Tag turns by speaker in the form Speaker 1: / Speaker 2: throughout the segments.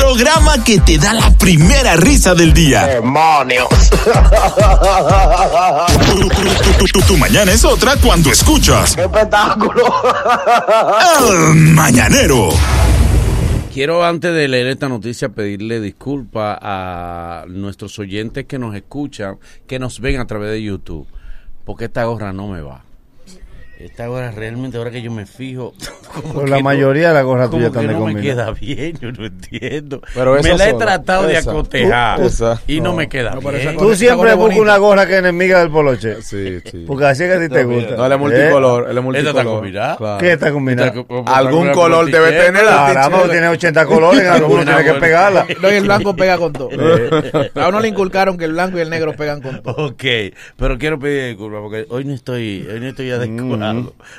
Speaker 1: programa que te da la primera risa del día.
Speaker 2: ¡Demonios!
Speaker 1: Tu, tu- tu- tu- tu mañana es otra cuando escuchas
Speaker 2: ¡Qué espectáculo!
Speaker 1: El Mañanero.
Speaker 3: Quiero antes de leer esta noticia pedirle disculpas a nuestros oyentes que nos escuchan, que nos ven a través de YouTube, porque esta gorra no me va. Esta gorra realmente, ahora que yo me fijo, como
Speaker 4: Pues
Speaker 3: que
Speaker 4: la
Speaker 3: no-
Speaker 4: mayoría de las gorras
Speaker 3: como
Speaker 4: tuyas
Speaker 3: que
Speaker 4: están de
Speaker 3: no me
Speaker 4: comida.
Speaker 3: queda bien, yo no entiendo.
Speaker 5: Pero
Speaker 3: me
Speaker 5: esa
Speaker 3: la he
Speaker 5: sola,
Speaker 3: tratado de
Speaker 5: esa.
Speaker 3: acotejar
Speaker 5: Uh, esa.
Speaker 3: y no, me queda bien.
Speaker 4: Tú siempre buscas una gorra que es enemiga del poloche.
Speaker 5: Sí, sí.
Speaker 4: Porque así es que a ti te gusta.
Speaker 5: No, él es multicolor. Él es multicolor.
Speaker 3: combinada.
Speaker 4: ¿Eh?
Speaker 5: Claro.
Speaker 4: ¿Qué está combinado?
Speaker 5: Algún color debe tener.
Speaker 4: Caramba, porque tiene 80 colores, en alguno tiene que pegarla.
Speaker 6: No, y el blanco pega con todo.
Speaker 4: Eh.
Speaker 6: A uno le inculcaron que el blanco y el negro pegan con todo.
Speaker 3: Ok, pero quiero pedir disculpas porque hoy no estoy, hoy no estoy
Speaker 7: Mm.
Speaker 3: adecuado.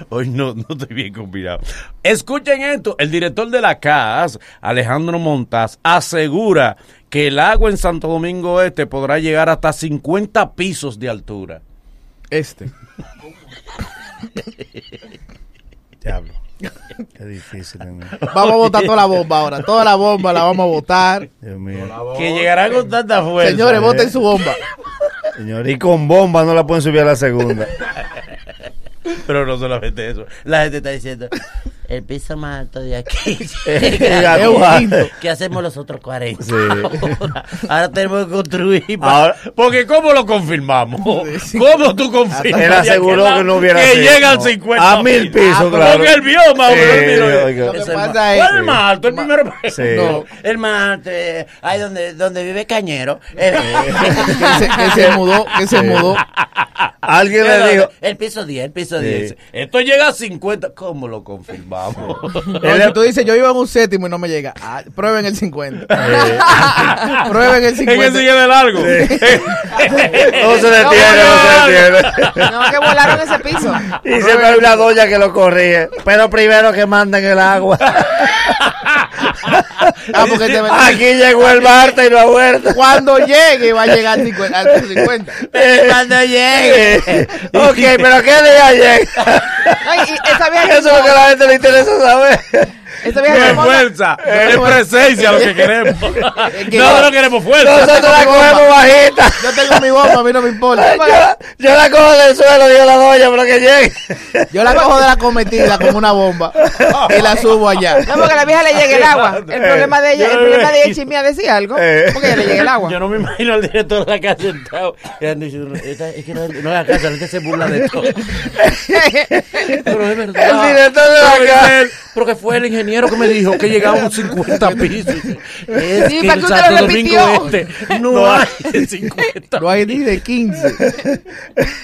Speaker 3: Hoy no, no estoy bien combinado. Escuchen esto, el director de la CAS, Alejandro Montas, asegura que el agua en Santo Domingo Este podrá llegar hasta 50 pisos de altura.
Speaker 6: Este.
Speaker 4: Diablo. Qué difícil. ¿no?
Speaker 6: Vamos a botar toda la bomba ahora. Toda la bomba la vamos a botar.
Speaker 4: Dios mío.
Speaker 3: Que llegará con tanta fuerza.
Speaker 6: Señores, voten
Speaker 4: eh.
Speaker 6: su bomba.
Speaker 4: Señor, y con bomba no la pueden subir a la segunda.
Speaker 3: Pero no solamente eso. La gente está diciendo,
Speaker 7: El piso más alto de aquí.
Speaker 4: Ya tú
Speaker 6: un
Speaker 4: sabes.
Speaker 7: ¿Qué hacemos los otros 40?
Speaker 4: Sí.
Speaker 7: Ahora, ahora tenemos que construir. pa-
Speaker 4: Ahora,
Speaker 3: Porque ¿cómo lo confirmamos? ¿Cómo tú confirmas?
Speaker 4: él aseguró que no hubiera
Speaker 3: Que
Speaker 4: sido,
Speaker 3: llega al
Speaker 4: no.
Speaker 3: 50
Speaker 4: A mil pisos, claro.
Speaker 3: Porque el vio, más o menos,
Speaker 4: Sí,
Speaker 3: miró eso.
Speaker 4: eh, oiga.
Speaker 6: Lo que
Speaker 7: Eso es más-
Speaker 6: pasa es.
Speaker 3: ¿Cuál es más alto? El primero.
Speaker 4: Sí.
Speaker 6: No.
Speaker 7: El más alto, eh, ahí donde, donde vive Cañero.
Speaker 3: Eh,
Speaker 7: El,
Speaker 6: Que se, que se mudó, que se mudó.
Speaker 4: Alguien le dijo,
Speaker 7: el piso 10, el piso 10.
Speaker 3: Esto llega a 50. ¿Cómo lo confirmamos?
Speaker 6: No, si tú dices, yo iba en un séptimo y no me llega. Ah, prueben el 50. prueben el
Speaker 3: Es que
Speaker 6: 50.
Speaker 3: sigue de largo.
Speaker 4: no
Speaker 3: Eh,
Speaker 4: se detiene, no se detiene.
Speaker 8: No, que volaron ese piso.
Speaker 6: Ah,
Speaker 4: Y siempre hay una doña que lo corrige. Pero primero que manden el agua.
Speaker 6: Ah, porque te-
Speaker 4: Aquí llegó el Marta y no ha vuelto.
Speaker 6: Cuando llegue va a llegar al 50. al 50.
Speaker 4: Cuando llegue. ok, pero ¿qué día llega?
Speaker 8: No, y, y esa vieja
Speaker 4: Eso es lo que a la gente le interesa saber.
Speaker 8: esa
Speaker 3: No
Speaker 8: vieja
Speaker 3: es
Speaker 8: hermosa,
Speaker 3: fuerza, es presencia lo que queremos. No, no queremos fuerza.
Speaker 4: Nosotros la cogemos bajita.
Speaker 6: Yo tengo mi bomba, a mí no me importa.
Speaker 4: Yo, yo la cojo del suelo, digo la doña, pero que llegue.
Speaker 6: Yo la cojo de la cometida como una bomba y la subo allá.
Speaker 8: No, porque a la vieja le llega el agua. El problema de ella, el
Speaker 3: Yo-
Speaker 8: problema de ella es chismear, decía algo.
Speaker 4: Eh.
Speaker 8: Porque ella le llega el agua.
Speaker 3: Yo no me imagino al director de la casa sentado. y ando diciendo, "Esta- Es que no no es la casa, la gente se burla de todo. Pero es verdad.
Speaker 4: El director de la
Speaker 3: Pero es
Speaker 4: casa.
Speaker 3: él, Pero que fue el ingeniero que me dijo que llegaba a un 50 pisos. Es
Speaker 8: Sí,
Speaker 3: que en
Speaker 8: ¿para qué usted lo
Speaker 3: Santo Domingo
Speaker 8: repitió?
Speaker 3: Este no, hay 50.
Speaker 6: No hay ni de 15.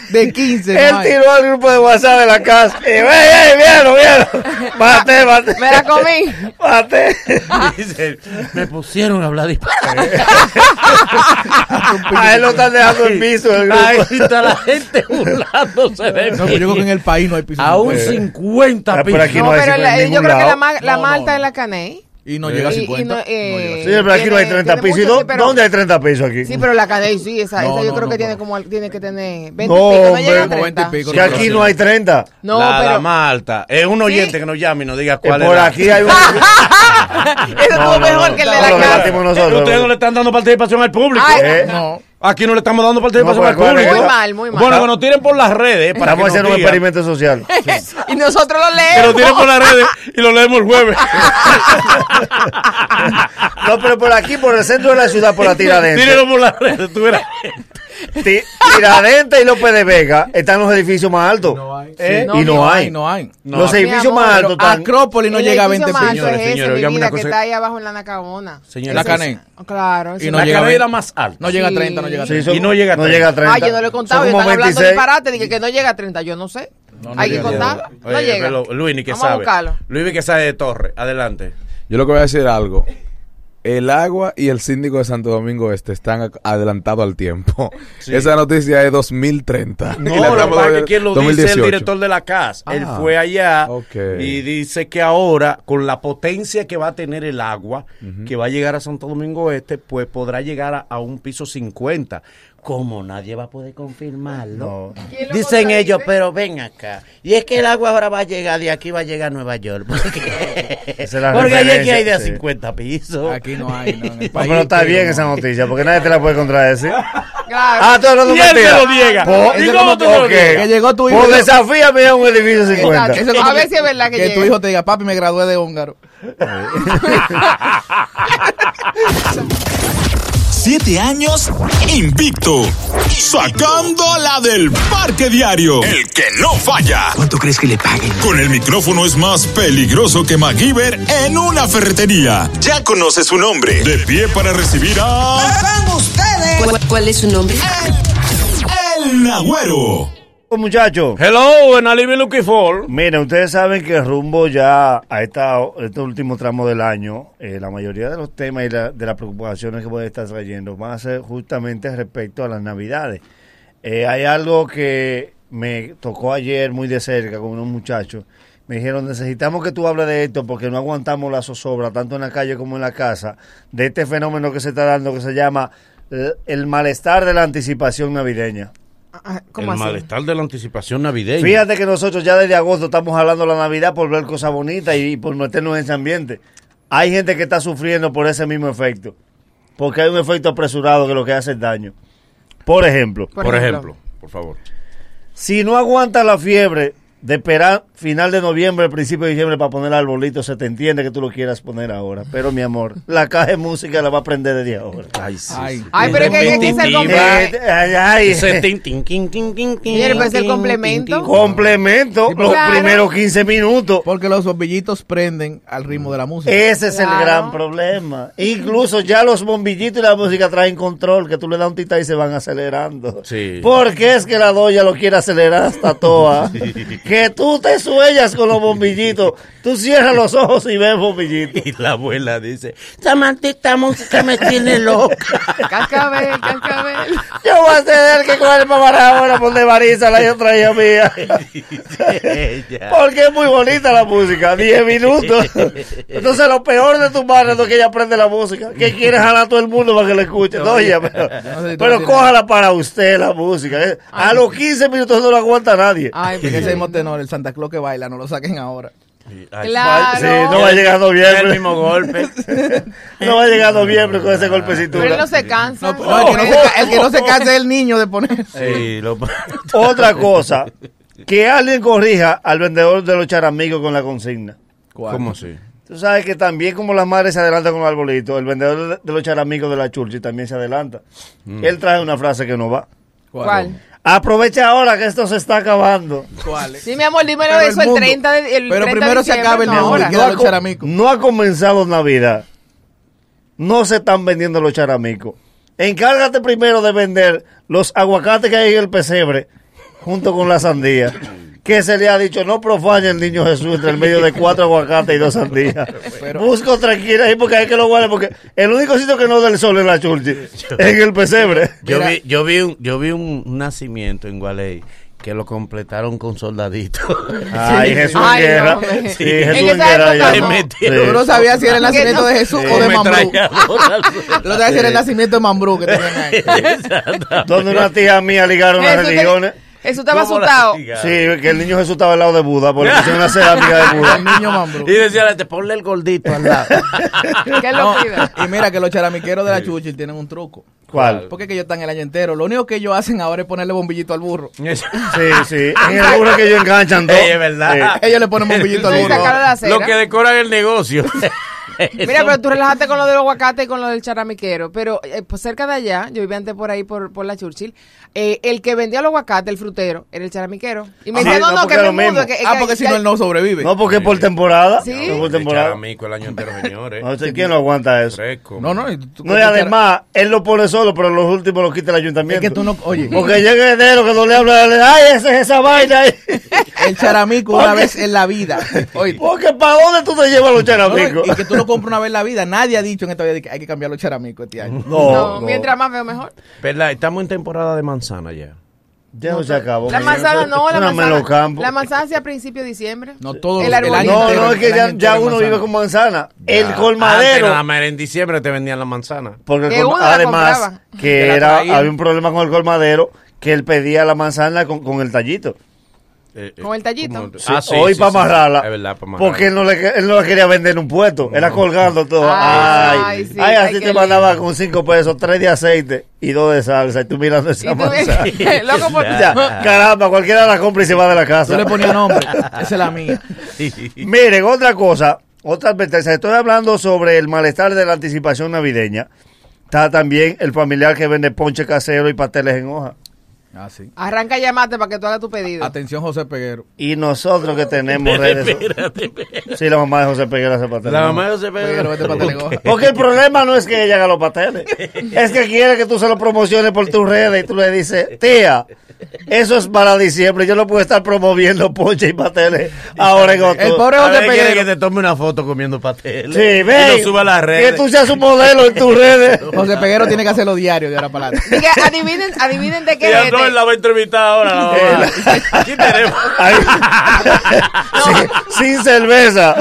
Speaker 6: De 15. no
Speaker 4: Él
Speaker 6: hay.
Speaker 4: tiró al grupo de WhatsApp de la casa. Y ve, ve, vieron, vieron. Mate, mate.
Speaker 8: Me la comí.
Speaker 4: Mate.
Speaker 3: Dice, me pusieron a hablar disparate.
Speaker 4: A él lo están dejando en piso. El grupo.
Speaker 3: Ahí está la gente burlándose de
Speaker 6: No, pero yo creo que en el Eh, país no hay piso.
Speaker 3: A un
Speaker 6: cincuenta.
Speaker 3: 50
Speaker 4: Ah, por
Speaker 3: pisos.
Speaker 4: aquí
Speaker 8: No,
Speaker 4: no hay
Speaker 8: pero
Speaker 4: 50
Speaker 8: la-
Speaker 4: en
Speaker 8: yo
Speaker 4: ningún
Speaker 8: creo que
Speaker 4: lado.
Speaker 8: la, ma- la
Speaker 6: No,
Speaker 8: Malta
Speaker 6: no.
Speaker 8: es la Caney.
Speaker 6: Y no llega a
Speaker 8: Y- y
Speaker 6: 50.
Speaker 8: no, eh,
Speaker 6: no llega a
Speaker 4: Sí, pero aquí no hay
Speaker 8: Tiene-
Speaker 4: 30
Speaker 8: tiene
Speaker 4: pisos. ¿Y
Speaker 8: mucho,
Speaker 4: dó-
Speaker 8: sí, pero-
Speaker 4: ¿Dónde hay 30 pisos aquí?
Speaker 8: Sí, pero la Caney sí, esa,
Speaker 6: No,
Speaker 8: esa yo
Speaker 6: no,
Speaker 8: creo
Speaker 6: no,
Speaker 8: que tiene
Speaker 6: no.
Speaker 8: como al- tiene que tener 20
Speaker 4: No,
Speaker 8: y pico, no
Speaker 4: hombre,
Speaker 8: llega a
Speaker 6: como 20 y
Speaker 8: 30.
Speaker 6: pico.
Speaker 4: Que aquí no hay 30.
Speaker 8: No,
Speaker 3: la, la
Speaker 8: pero
Speaker 3: más alta. Es un oyente que nos llame y nos diga
Speaker 4: Eh,
Speaker 3: cuál es.
Speaker 4: por
Speaker 3: la-
Speaker 4: aquí hay un.
Speaker 8: eso estuvo mejor que el de la
Speaker 4: No, lo
Speaker 8: casa.
Speaker 4: debatimos nosotros.
Speaker 3: Ustedes no le están dando participación al público.
Speaker 8: Ay,
Speaker 4: Eh,
Speaker 6: No.
Speaker 3: Aquí no le estamos dando participación
Speaker 4: No,
Speaker 3: al
Speaker 4: pues, ¿cuál
Speaker 3: público.
Speaker 4: es?
Speaker 8: Muy mal, muy mal.
Speaker 3: Bueno, que nos tiren por las redes. Para
Speaker 4: Estamos
Speaker 3: que
Speaker 4: haciendo
Speaker 3: nos
Speaker 4: un
Speaker 3: digan.
Speaker 4: experimento social.
Speaker 8: y nosotros lo
Speaker 3: Que nos
Speaker 8: leemos.
Speaker 3: tiren por las redes y lo leemos el jueves.
Speaker 4: No, pero por aquí, por el centro de la ciudad, por la Tiradentes.
Speaker 3: Tírenlo por las redes. Tú verás.
Speaker 4: Ti- Tiradentes y López de Vega están los edificios más altos. ¿Eh?
Speaker 6: No,
Speaker 4: y no,
Speaker 6: no
Speaker 4: hay.
Speaker 6: no hay.
Speaker 4: los
Speaker 8: Mi
Speaker 4: edificios
Speaker 8: amor,
Speaker 4: más
Speaker 8: pero
Speaker 4: altos están.
Speaker 6: Acrópolis no
Speaker 8: El
Speaker 6: llega a
Speaker 8: edificio
Speaker 6: 20
Speaker 8: más
Speaker 6: pisos.
Speaker 8: alto
Speaker 3: Señores,
Speaker 8: es ese,
Speaker 3: señores,
Speaker 8: mi
Speaker 3: dígame una
Speaker 8: vida, que
Speaker 3: cosa.
Speaker 8: está ahí abajo en la Nacabona.
Speaker 3: Señores,
Speaker 6: La
Speaker 3: esa es-
Speaker 6: Caney.
Speaker 8: Claro.
Speaker 6: Y
Speaker 8: ese-
Speaker 6: no
Speaker 3: la
Speaker 6: llega a
Speaker 3: carrera
Speaker 6: 20.
Speaker 3: más alta.
Speaker 6: No llega a 30, no llega a
Speaker 4: Sí,
Speaker 6: 30.
Speaker 4: son-
Speaker 3: Y no llega a
Speaker 4: No llega a 30.
Speaker 8: Ah, yo no lo he contado,
Speaker 4: Son
Speaker 8: yo
Speaker 4: como
Speaker 8: estaba hablando
Speaker 4: 26.
Speaker 8: disparate, dije que no llega a 30, yo no sé. Hay que contar, no
Speaker 3: Oye,
Speaker 8: llega.
Speaker 3: pero Luis, ni que
Speaker 8: Vamos a
Speaker 3: sabe.
Speaker 8: buscarlo.
Speaker 3: Luis, que sabe de Torre. Adelante.
Speaker 5: Yo lo que voy a decir es algo. El agua y el síndico de Santo Domingo Este están adelantados al tiempo. Esa noticia es 2030.
Speaker 3: No,
Speaker 5: Y la
Speaker 3: lo que
Speaker 5: estamos
Speaker 3: pasa es que
Speaker 5: todavía-
Speaker 3: quien lo dice es
Speaker 5: 2018.
Speaker 3: el director de la casa.
Speaker 5: Ah,
Speaker 3: Él fue allá
Speaker 5: ok.
Speaker 3: y dice que ahora, con la potencia que va a tener el agua, que va a llegar a Santo Domingo Este, pues podrá llegar a, a un piso 50.
Speaker 7: como nadie va a poder confirmarlo,
Speaker 4: No.
Speaker 8: ¿Quién lo
Speaker 7: dicen
Speaker 8: contradice?
Speaker 7: ellos, pero ven acá. Y es que el agua ahora va a llegar, de aquí va a llegar a Nueva York. Porque,
Speaker 4: es la
Speaker 7: porque allí es que hay de a
Speaker 4: referencia, sí.
Speaker 7: 50 pisos.
Speaker 6: Aquí no hay, no, en el
Speaker 4: No,
Speaker 6: país,
Speaker 4: pero está
Speaker 6: pero
Speaker 4: bien
Speaker 6: no.
Speaker 4: esa noticia, porque nadie te la puede contradecir.
Speaker 8: Claro.
Speaker 4: Ah, tú hablando
Speaker 3: Y él
Speaker 4: mentira.
Speaker 3: te lo niega.
Speaker 4: Po-
Speaker 3: ¿Y
Speaker 4: eso
Speaker 3: cómo
Speaker 4: como
Speaker 3: tú lo
Speaker 4: ok.
Speaker 3: niegas?
Speaker 6: Que llegó tu hijo.
Speaker 4: Por desafíame a un edificio 50.
Speaker 8: Exacto. A ver si es verdad que
Speaker 6: Que tu
Speaker 8: llega.
Speaker 6: hijo te diga, papi, me gradué de húngaro.
Speaker 1: Siete años invicto. Sacándola del parque diario. El que no falla.
Speaker 2: ¿Cuánto crees que le paguen?
Speaker 1: Con el micrófono es más peligroso que MacGyver en una ferretería. Ya conoce su nombre. De pie para recibir a...
Speaker 9: ¿Cuál, cuál es su nombre?
Speaker 1: El Agüero.
Speaker 4: Muchachos,
Speaker 3: Hello, en Alibi Lucky Fall.
Speaker 4: Mira, ustedes saben que rumbo ya a esta, este último tramo del año, eh, la mayoría de los temas y la- de las preocupaciones que pueden estar trayendo van a ser justamente respecto a las navidades. Eh, hay algo que me tocó ayer muy de cerca con unos muchachos. Me dijeron, necesitamos que tú hables de esto porque no aguantamos la zozobra, tanto en la calle como en la casa, de este fenómeno que se está dando que se llama eh, el malestar de la anticipación navideña.
Speaker 8: Ah,
Speaker 3: El
Speaker 8: ¿Cómo así?
Speaker 3: malestar de la anticipación navideña.
Speaker 4: Fíjate que nosotros ya desde agosto estamos hablando de la Navidad por ver cosas bonitas y por meternos en ese ambiente. Hay gente que está sufriendo por ese mismo efecto. Porque hay un efecto apresurado que lo que hace es daño. Por ejemplo,
Speaker 3: Por,
Speaker 8: Por
Speaker 3: ejemplo.
Speaker 8: ejemplo.
Speaker 3: por favor.
Speaker 4: si no aguantas la fiebre de esperar final de noviembre, principio de diciembre para poner el arbolito, se te entiende que tú lo quieras poner ahora. Pero mi amor, la caja de música la va a prender de día ahora.
Speaker 3: Ay, sí.
Speaker 6: Ay,
Speaker 8: Ay, pero es que hay que ser
Speaker 3: Repetitivo.
Speaker 8: complemento.
Speaker 4: Eh, ay, ay.
Speaker 3: Ese tin, tin, tin, tin, tin, tin,
Speaker 8: Mire, pues, el
Speaker 3: tin,
Speaker 8: complemento.
Speaker 3: tin, tin.
Speaker 4: Complemento los
Speaker 8: Claro.
Speaker 4: primeros 15 minutos.
Speaker 6: Porque los bombillitos prenden al ritmo de la música.
Speaker 4: Ese es el
Speaker 8: Claro.
Speaker 4: gran problema. Incluso ya los bombillitos y la música traen control, que tú le das un tita y se van acelerando.
Speaker 3: Sí.
Speaker 4: ¿Por qué es que la doya lo quiere acelerar hasta toa? Que tú te sueñas con los bombillitos. Tú cierras los ojos y ves bombillitos.
Speaker 3: Y la abuela dice,
Speaker 7: Esa maldita música me tiene loca.
Speaker 8: Cascabel, cascabel.
Speaker 4: Yo voy a tener que coger para ahora por de Marisa, la yo traía mía. Porque es muy bonita la música, 10 minutos. Entonces lo peor de tu madre es que ella aprende la música. Que quieres jalar a todo el mundo para que la escuche. No, oye, pero,
Speaker 6: sé si tú
Speaker 4: pero
Speaker 6: la tienes.
Speaker 4: cójala para usted la música. eh. A los 15 minutos no la aguanta nadie.
Speaker 8: Ay,
Speaker 6: Porque ese
Speaker 8: pero-
Speaker 6: mismo tenor, el Santa Claus que baila, no lo saquen ahora.
Speaker 4: Sí, no
Speaker 8: Claro.
Speaker 4: va llegando bien.
Speaker 3: el mismo golpe.
Speaker 4: No va llegando bien con ese golpecito.
Speaker 8: Pero él no se cansa.
Speaker 6: No, no, el, que no se, ca- el que no se canse es el niño de poner.
Speaker 3: Sí, lo-
Speaker 4: Otra cosa, que alguien corrija al vendedor de los charamigos con la consigna.
Speaker 3: ¿Cómo así?
Speaker 4: Tú sabes que también como las madres se adelantan con los arbolitos, el vendedor de los charamigos de la churchi también se adelanta. Él trae una frase que no va.
Speaker 8: ¿Cuál?
Speaker 4: Aprovecha ahora que esto se está acabando.
Speaker 6: ¿Cuál?
Speaker 8: Sí, mi amor, dímelo
Speaker 6: Pero
Speaker 8: de
Speaker 6: el
Speaker 8: eso el
Speaker 6: mundo.
Speaker 8: 30 de el
Speaker 6: Pero
Speaker 8: 30 de
Speaker 6: primero se
Speaker 8: diciembre,
Speaker 6: acaba el
Speaker 8: no
Speaker 6: mundo.
Speaker 8: ahora.
Speaker 6: Queda
Speaker 4: ha
Speaker 6: los
Speaker 4: co-
Speaker 6: charamicos.
Speaker 4: no ha comenzado Navidad. No se están vendiendo los charamicos. Encárgate primero de vender los aguacates que hay en el pesebre junto con la sandía. Que se le ha dicho, no profane el niño Jesús entre el medio de cuatro aguacates y dos sandías. Busco tranquila ahí porque hay que lo guarde, porque el único sitio que no da el sol es la chulchi, en el pesebre.
Speaker 3: Yo
Speaker 6: Mira.
Speaker 3: vi, yo vi, un, yo vi un nacimiento en Gualey que lo completaron con soldaditos.
Speaker 4: Ay, Jesús
Speaker 8: Ay,
Speaker 4: en guerra.
Speaker 8: no, hombre.
Speaker 4: Sí,
Speaker 3: En
Speaker 4: Jesús en
Speaker 8: esa
Speaker 4: guerra.
Speaker 8: época
Speaker 4: ya.
Speaker 8: no.
Speaker 4: Sí.
Speaker 6: Tú no sabías si era el
Speaker 8: Porque
Speaker 6: nacimiento
Speaker 8: no-
Speaker 6: de Jesús
Speaker 3: Con
Speaker 6: o de Mambrú.
Speaker 3: ametralladoras.
Speaker 6: No sabías si era el nacimiento de Mambrú que tenían ahí.
Speaker 4: Donde una tía mía ligaron las
Speaker 8: Jesús te-
Speaker 4: religiones.
Speaker 8: Jesús estaba
Speaker 3: ¿Cómo la
Speaker 8: asustado.
Speaker 3: sigas?
Speaker 4: Sí, que el niño Jesús estaba al lado de Buda, porque pusieron una cerámica de
Speaker 6: El
Speaker 4: Buda.
Speaker 6: niño Mambrú. Ah,
Speaker 3: Y decía, te ponle el gordito al lado.
Speaker 8: Que él
Speaker 6: No,
Speaker 8: lo pida.
Speaker 6: y mira que los charamiqueros de la Chuchil tienen un truco.
Speaker 4: ¿Cuál?
Speaker 6: Porque que ellos están el año entero. Lo único que ellos hacen ahora es ponerle bombillito al burro.
Speaker 4: Sí, sí. En el burro que ellos enganchan dos.
Speaker 3: Ey, es verdad.
Speaker 6: Ellos le ponen bombillito al
Speaker 8: Sí,
Speaker 6: burro.
Speaker 8: sacaron la acera.
Speaker 3: Lo que decoran el negocio.
Speaker 8: Mira, pero tú relajaste con lo del aguacate y con lo del charamiquero. Pero eh, pues cerca de allá, yo vivía antes por ahí, por, por la Churchill, eh, el que vendía los aguacates, el frutero, era el charamiquero. Y me
Speaker 4: Ah,
Speaker 8: decía,
Speaker 4: sí,
Speaker 8: no,
Speaker 4: no,
Speaker 8: no,
Speaker 4: porque
Speaker 8: que
Speaker 4: es
Speaker 8: me
Speaker 4: lo mismo.
Speaker 8: mudo. Que, eh,
Speaker 6: Ah,
Speaker 8: que-
Speaker 6: porque si
Speaker 8: que-
Speaker 6: no, él no sobrevive.
Speaker 4: No, porque es por temporada.
Speaker 8: Sí.
Speaker 4: Es por temporada.
Speaker 3: Charamico el año entero, señores.
Speaker 4: No sé quién no aguanta eso.
Speaker 3: Fresco.
Speaker 6: No, no. y tú-
Speaker 4: No, y además, él lo pone solo, pero los últimos lo quita el
Speaker 6: Es
Speaker 4: ayuntamiento.
Speaker 6: que tú no. Oye,
Speaker 4: Porque llega enero que no le habla, le ay, esa es esa vaina. ahí.
Speaker 6: el charamico una vez en la vida. Oye.
Speaker 4: Porque ¿para dónde tú te llevas los
Speaker 6: no, no,
Speaker 4: charamicos?
Speaker 6: y que tú lo compras una vez en la vida. Nadie ha dicho en esta vida que hay que cambiar los charamicos este año.
Speaker 8: No,
Speaker 4: Oh, No, no.
Speaker 8: mientras más veo mejor.
Speaker 3: ¿Verdad? Estamos en temporada de manzana ya.
Speaker 4: Ya no, se acabó.
Speaker 8: La
Speaker 4: mi
Speaker 8: manzana
Speaker 4: gente.
Speaker 8: no, la
Speaker 4: Una
Speaker 8: manzana.
Speaker 4: melocampo.
Speaker 8: La manzana sí a principios de diciembre.
Speaker 6: No todo
Speaker 8: El
Speaker 6: el,
Speaker 8: arbolito.
Speaker 6: año
Speaker 4: No,
Speaker 6: entero,
Speaker 4: no, es que
Speaker 6: el
Speaker 4: ya,
Speaker 6: año
Speaker 4: ya
Speaker 6: entero
Speaker 4: uno
Speaker 6: manzana.
Speaker 4: vive con manzana. El
Speaker 3: Antes
Speaker 4: colmadero.
Speaker 3: nada más era en diciembre te vendían la manzana.
Speaker 4: Porque el
Speaker 8: Que
Speaker 4: colma-
Speaker 8: uno la
Speaker 4: además,
Speaker 8: compraba.
Speaker 4: que
Speaker 3: Que la
Speaker 4: era,
Speaker 3: traían.
Speaker 4: había un problema con el colmadero que él pedía la manzana con, con el tallito.
Speaker 3: Eh, eh,
Speaker 8: Con el tallito.
Speaker 3: como-
Speaker 4: Sí, hoy para amarrarla.
Speaker 3: Es verdad, para amarrarla.
Speaker 4: Porque él no, le, que- él no la quería vender en un puesto. Era colgando todo. Ay,
Speaker 8: Ay,
Speaker 4: ay,
Speaker 8: ay, sí,
Speaker 4: así
Speaker 8: ay, qué
Speaker 4: te mandaba
Speaker 8: lindo.
Speaker 4: con cinco pesos, tres de aceite y dos de salsa. Y tú mirando
Speaker 8: Y
Speaker 4: esa
Speaker 8: tú-
Speaker 4: manzana.
Speaker 8: Loco, por-
Speaker 4: Ya, caramba, cualquiera la compra y se va de la
Speaker 6: Tú
Speaker 4: casa.
Speaker 6: le ponías nombre. Esa es la mía.
Speaker 4: Miren, otra cosa, otra advertencia. Estoy hablando sobre el malestar de la anticipación navideña. Está también el familiar que vende ponche casero y pasteles en hoja.
Speaker 6: Ah, sí.
Speaker 8: Arranca a llamarte para que tú hagas tu pedido.
Speaker 6: Atención, José Peguero.
Speaker 4: Y nosotros que tenemos redes sociales. Sí, la mamá de José Peguero hace pasteles.
Speaker 3: La mamá de José
Speaker 6: Peguero, vete para
Speaker 3: Pedro.
Speaker 6: Telegoja.
Speaker 4: Porque el problema no es que ella haga los pasteles. Es que quiere que tú se lo promociones por tus redes y tú le dices, tía, eso es para diciembre. Yo no puedo estar promoviendo ponche y pasteles ahora en
Speaker 6: El
Speaker 4: otro.
Speaker 6: pobre
Speaker 3: A
Speaker 6: José
Speaker 3: ver, quiere que
Speaker 6: Peguero.
Speaker 3: te tome una foto comiendo pastel.
Speaker 4: Sí, ve.
Speaker 3: Y lo suba a las redes.
Speaker 4: Que tú seas un modelo en tus redes.
Speaker 6: José Peguero tiene que hacerlo diario de ahora para adelante.
Speaker 8: Dije, adivinen, adivinen de qué.
Speaker 3: Ya
Speaker 8: es
Speaker 3: no,
Speaker 8: este.
Speaker 3: él la va a entrevistar ahora. la mamá. Aquí tenemos.
Speaker 4: Ay. Sí, sin cerveza,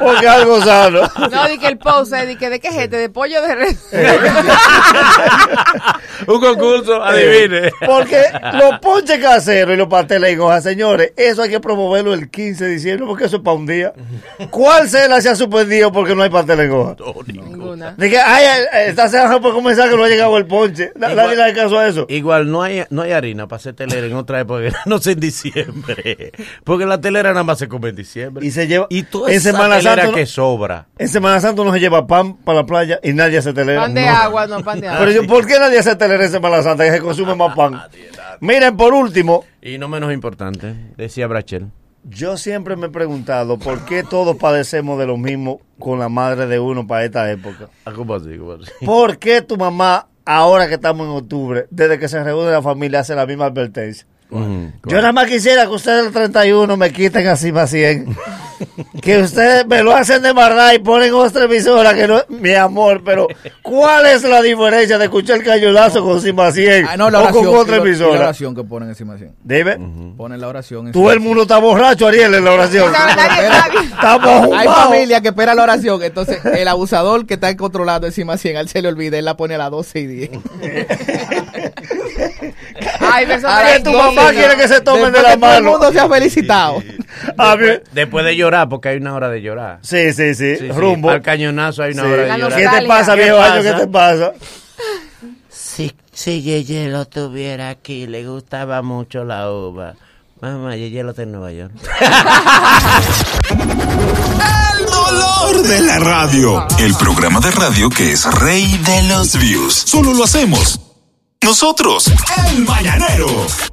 Speaker 4: porque algo sano.
Speaker 8: No, di que el post es di que de qué gente, de pollo de res.
Speaker 4: Eh.
Speaker 3: Un concurso, adivine.
Speaker 4: Porque los ponches caseros y los pasteles en hoja, señores, eso hay que promoverlo el 15 de diciembre, porque eso es para un día. ¿Cuál cena se ha suspendido porque no hay pastel en hoja?
Speaker 8: Ninguna.
Speaker 4: De que, ay, ay, esta cena por comenzar que no ha llegado el ponche. Na- Nadie le hace caso a eso.
Speaker 3: Igual no hay, no hay harina para hacer telera en otra época, no sé en diciembre. Porque la telera nada más se come en diciembre.
Speaker 4: Y se lleva-
Speaker 3: Y toda
Speaker 4: en
Speaker 3: esa
Speaker 4: Semana
Speaker 3: telera
Speaker 4: Santa no-
Speaker 3: que sobra.
Speaker 4: En Semana Santa uno se lleva pan para la playa y nadie hace telera.
Speaker 8: Pan de
Speaker 4: No.
Speaker 8: agua, no, pan de agua.
Speaker 4: Pero
Speaker 3: Ah,
Speaker 4: yo, ¿por qué nadie hace telera en Semana Santa? Que se consume más pan. Miren, por último,
Speaker 3: Y no menos importante, decía Brachel.
Speaker 4: Yo siempre me he preguntado por qué todos padecemos de lo mismo con la madre de uno para esta época.
Speaker 3: Ah, ¿Cómo así? ¿Cómo así?
Speaker 4: ¿Por qué tu mamá, ahora que estamos en octubre, desde que se reúne la familia, hace la misma advertencia?
Speaker 3: Mm,
Speaker 4: Yo nada más quisiera que ustedes el 31 me quiten así más 100. que ustedes me lo hacen de verdad y ponen otra emisora que no... Mi amor, pero ¿cuál es la diferencia de escuchar el cañolazo con sin más 100
Speaker 6: Ah, no, la
Speaker 4: o
Speaker 6: oración.
Speaker 4: con otra
Speaker 6: y la- y la
Speaker 4: emisora?
Speaker 6: oración que ponen encima. sí.
Speaker 4: Dime,
Speaker 6: Ponen la oración.
Speaker 4: todo
Speaker 6: encima.
Speaker 4: el mundo está borracho, Ariel, en la oración.
Speaker 8: Esa- nadie- nadie-
Speaker 4: Estamos
Speaker 6: Hay
Speaker 4: fumados.
Speaker 6: familia que espera la oración, entonces el abusador que está controlado encima 100, él se le olvida, él la pone a las 12 y 10.
Speaker 8: Ay, me
Speaker 4: Ay,
Speaker 8: sorprendí.
Speaker 4: tu mamá quiere que se tomen de la
Speaker 6: Todo el
Speaker 4: mano.
Speaker 6: mundo se ha felicitado.
Speaker 4: A mí-
Speaker 3: Después de llorar, porque hay una hora de llorar.
Speaker 4: Ah, Sí, sí, sí,
Speaker 3: Sí, sí,
Speaker 4: rumbo.
Speaker 3: Al cañonazo hay una
Speaker 4: Sí.
Speaker 3: hora de
Speaker 8: La
Speaker 3: llorar.
Speaker 4: ¿Qué te
Speaker 8: Dale,
Speaker 4: pasa,
Speaker 3: ¿qué
Speaker 4: viejo año? ¿Qué
Speaker 3: pasa?
Speaker 4: te pasa?
Speaker 7: Si, si Yeye lo tuviera aquí, le gustaba mucho la uva. Mamá, Yeye lo está en Nueva York.
Speaker 1: El dolor de la radio. El programa de radio que es rey de los views. Solo lo hacemos. Nosotros, el mañanero.